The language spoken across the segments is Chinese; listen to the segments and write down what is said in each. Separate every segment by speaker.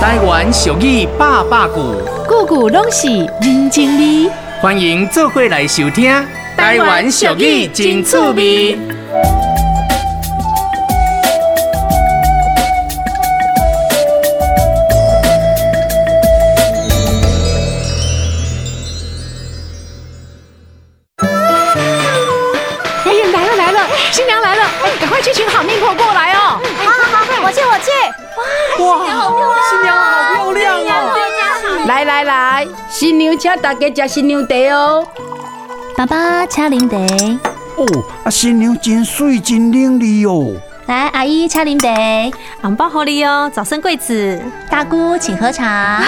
Speaker 1: 台湾俗语百百句，
Speaker 2: 句句拢是人情味。
Speaker 1: 欢迎做伙来收听。
Speaker 2: 台湾俗语真趣味。哎呀，来了来了，新娘来了，哎，赶快去请好命婆过来哦。
Speaker 3: 好好好，我去我去。
Speaker 1: 哇，新娘好漂亮哦！
Speaker 4: 来来来，新娘请大家吃新娘茶哦。
Speaker 3: 爸爸，请啉茶。
Speaker 5: 哦，啊，新娘真水，真伶俐哦。
Speaker 3: 来，阿姨，请啉茶。
Speaker 6: 红包好利哦，早生贵子。
Speaker 3: 大姑，请喝茶。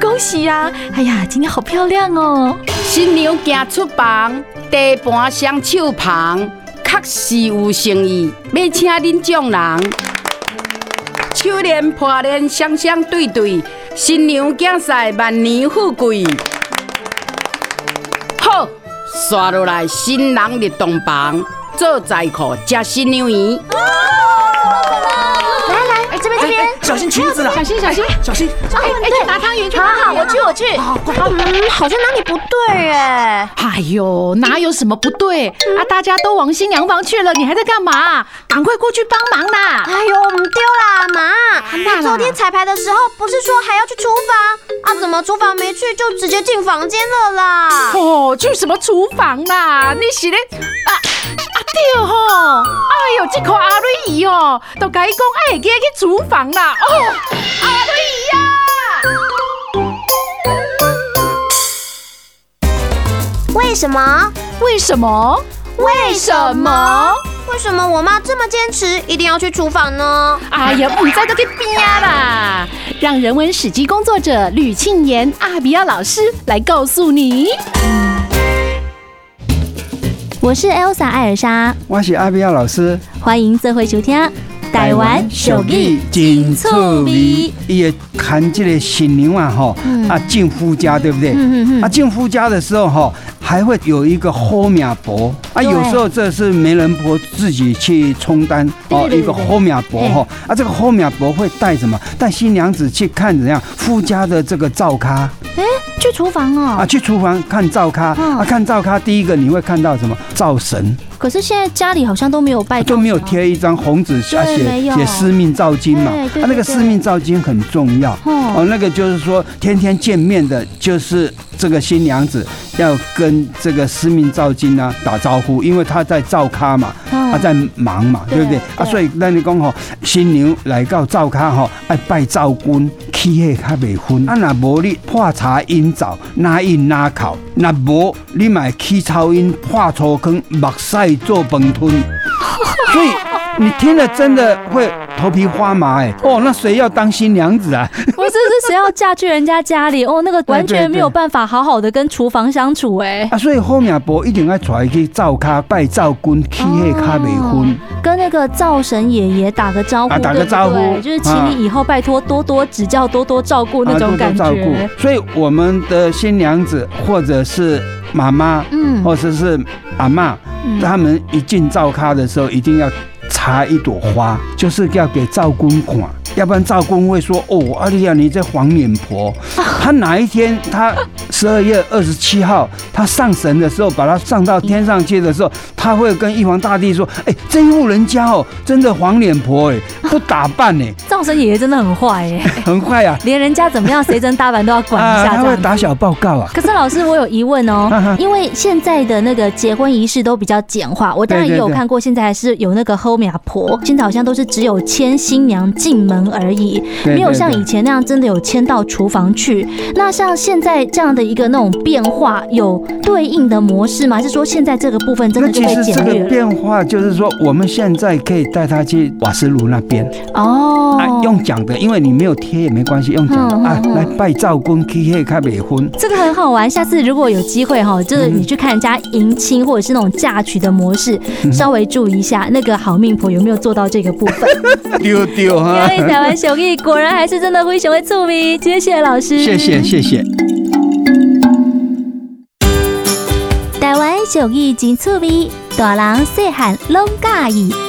Speaker 2: 恭喜呀、哎呀，今天好漂亮哦。
Speaker 4: 新娘行出房，茶盘双手旁，确实有诚意，要请恁众人。手连破连，双双对对，新娘竞赛万年富贵。好，刷落来新人入洞房，做在裤吃新娘圆。
Speaker 3: 来来，哎，这边这边。
Speaker 1: 小心裙子啦！
Speaker 2: 小心小心，
Speaker 1: 小心！
Speaker 3: 哦，
Speaker 2: 哎，去拿汤圆，去
Speaker 3: 好
Speaker 2: 拿
Speaker 3: 好
Speaker 2: 汤
Speaker 3: 好，啊我
Speaker 2: 圆。
Speaker 3: 去我去。嗯，好像哪里不对哎。
Speaker 2: 哎呦，哪有什么不对啊？大家都往新娘房去了，你还在干嘛？赶快过去帮忙啦！
Speaker 3: 哎呦，我们丢啦，妈！
Speaker 2: 啦
Speaker 3: 我昨天彩排的时候不是说还要去厨房啊？怎么厨房没去就直接进房间了啦？
Speaker 2: 哦，去什么厨房啦？你是咧啊啊对吼！哎呦，这个阿瑞姨哦，都甲伊讲爱会记得去厨房啦。哦，阿瑞姨呀、
Speaker 3: 为什么？
Speaker 2: 为什么？
Speaker 3: 为
Speaker 2: 什么？
Speaker 3: 为什么我妈这么坚持一定要去厨房呢？
Speaker 2: 哎呀，唔在都去边啊啦！让人文史迹工作者吕庆妍、阿比亚老师来告诉你。
Speaker 7: 我是 Elsa 艾尔莎，
Speaker 5: 我是阿彪老师，
Speaker 7: 欢迎做回收听《台湾手艺
Speaker 5: 真
Speaker 7: 趣味。嗯
Speaker 5: 伊会看这个新娘啊，吼，啊进夫家对不对？
Speaker 7: 嗯嗯
Speaker 5: 啊
Speaker 7: 嗯，
Speaker 5: 进夫家的时候哈，还会有一个后面婆啊，
Speaker 7: 对
Speaker 5: 有时候这是媒人婆自己去充当哦，
Speaker 7: 对对对
Speaker 5: 一个后面婆哈啊，这个后面婆会带什么？带新娘子去看怎样夫家的这个灶咖
Speaker 7: 去厨房
Speaker 5: 啊，
Speaker 7: 哦。
Speaker 5: 去厨房看灶咖
Speaker 7: 嗯
Speaker 5: 啊，看灶咖第一个你会看到什么？灶神。
Speaker 7: 可是现在家里好像啊都没有拜，
Speaker 5: 都没有。贴一张红纸，
Speaker 7: 对
Speaker 5: 啊写
Speaker 7: 没有
Speaker 5: 写司命照经嘛，
Speaker 7: 对对
Speaker 5: 啊那个
Speaker 7: 对
Speaker 5: 司命照经很重要。
Speaker 7: 哦，
Speaker 5: 哦，那个就是说，天天见面的，就是这个新娘子要跟这个司命照经呢打招呼，因为她在照咖嘛，她
Speaker 7: 嗯
Speaker 5: 在忙嘛，
Speaker 7: 对
Speaker 5: 对不对？啊，
Speaker 7: 对
Speaker 5: 所以咱你讲吼，新娘来到照咖吼，爱拜灶君，起火较袂昏。啊，若无你破柴引灶，哪引哪哭；若无你买起草因破粗坑，目屎做饭 吞。所以你听了真的会头皮发麻哎！哦，那谁要当新娘子啊？
Speaker 7: 我这是谁要嫁去人家家里？哦，那个完全没有办法好好的跟厨房相处哎，
Speaker 5: 啊，所以后面婆一定要带去灶咖拜灶君，起火较袂昏。
Speaker 7: 哦跟那个灶神爷爷打个招呼，
Speaker 5: 啊打个
Speaker 7: 对不
Speaker 5: 招呼
Speaker 7: 对就是请你以后拜托多多指教，多多照顾那
Speaker 5: 啊
Speaker 7: 种感
Speaker 5: 多多照
Speaker 7: 觉。
Speaker 5: 顾。所以我们的新娘子或者是妈妈，
Speaker 7: 嗯
Speaker 5: 或者是阿嬷，
Speaker 7: 嗯
Speaker 5: 他们一进灶咖的时候，一定要插一朵花，
Speaker 7: 嗯
Speaker 5: 就是要给灶公看。要不然灶公会说：“哦，阿丽亚，你这黄脸 婆，她哪一天她十二月二十七号她上神的时候，把她上到天上去的时候，她会跟玉皇大帝说：‘哎、这一户人家哦，真的黄脸婆哎，不打扮哎，
Speaker 7: 灶神爷爷真的很坏 哎，
Speaker 5: 很快啊，
Speaker 7: 连人家怎 么样谁真搭板都要管一下
Speaker 5: 啊，他
Speaker 7: 这
Speaker 5: 会
Speaker 7: 样子。
Speaker 5: 打小报告啊。，
Speaker 7: 可是老师，我有疑问哦 因为现在的那个结婚仪式都比较简化，我当然
Speaker 5: 对对
Speaker 7: 也有
Speaker 5: 对
Speaker 7: 看过，现在还是有那个后面啊婆，现在好像都是只有牵新娘进门而已，
Speaker 5: 对
Speaker 7: 没有
Speaker 5: 对
Speaker 7: 像
Speaker 5: 对
Speaker 7: 以前那样真的有牵到厨房去。那像现在这样的一个那种变化，有对应的模式吗？还是说现在这个部分真
Speaker 5: 那
Speaker 7: 的就
Speaker 5: 其
Speaker 7: 被
Speaker 5: 实这
Speaker 7: 简
Speaker 5: 个
Speaker 7: 略了？
Speaker 5: 变化就是说，我们现在可以带他去瓦斯炉那边
Speaker 7: 哦
Speaker 5: 啊，，用讲的，因为你没有贴也没关系，用讲的
Speaker 7: 嗯嗯
Speaker 5: 啊
Speaker 7: 嗯，
Speaker 5: 来拜灶君去迄较未婚。
Speaker 7: 这个很好玩，下次如果有机会哈，就是你去看人家迎亲或者是那种嫁娶的模式，
Speaker 5: 嗯
Speaker 7: 稍微注意一下那个好命婆有没有做到这个部分。
Speaker 5: 丢丢
Speaker 7: 因
Speaker 5: 哈，
Speaker 7: 为台湾手艺果然还是真的灰熊会醋迷。今天谢谢老师，
Speaker 5: 谢谢。谢谢。
Speaker 7: 台湾手艺真趣味，大人细汉拢喜意。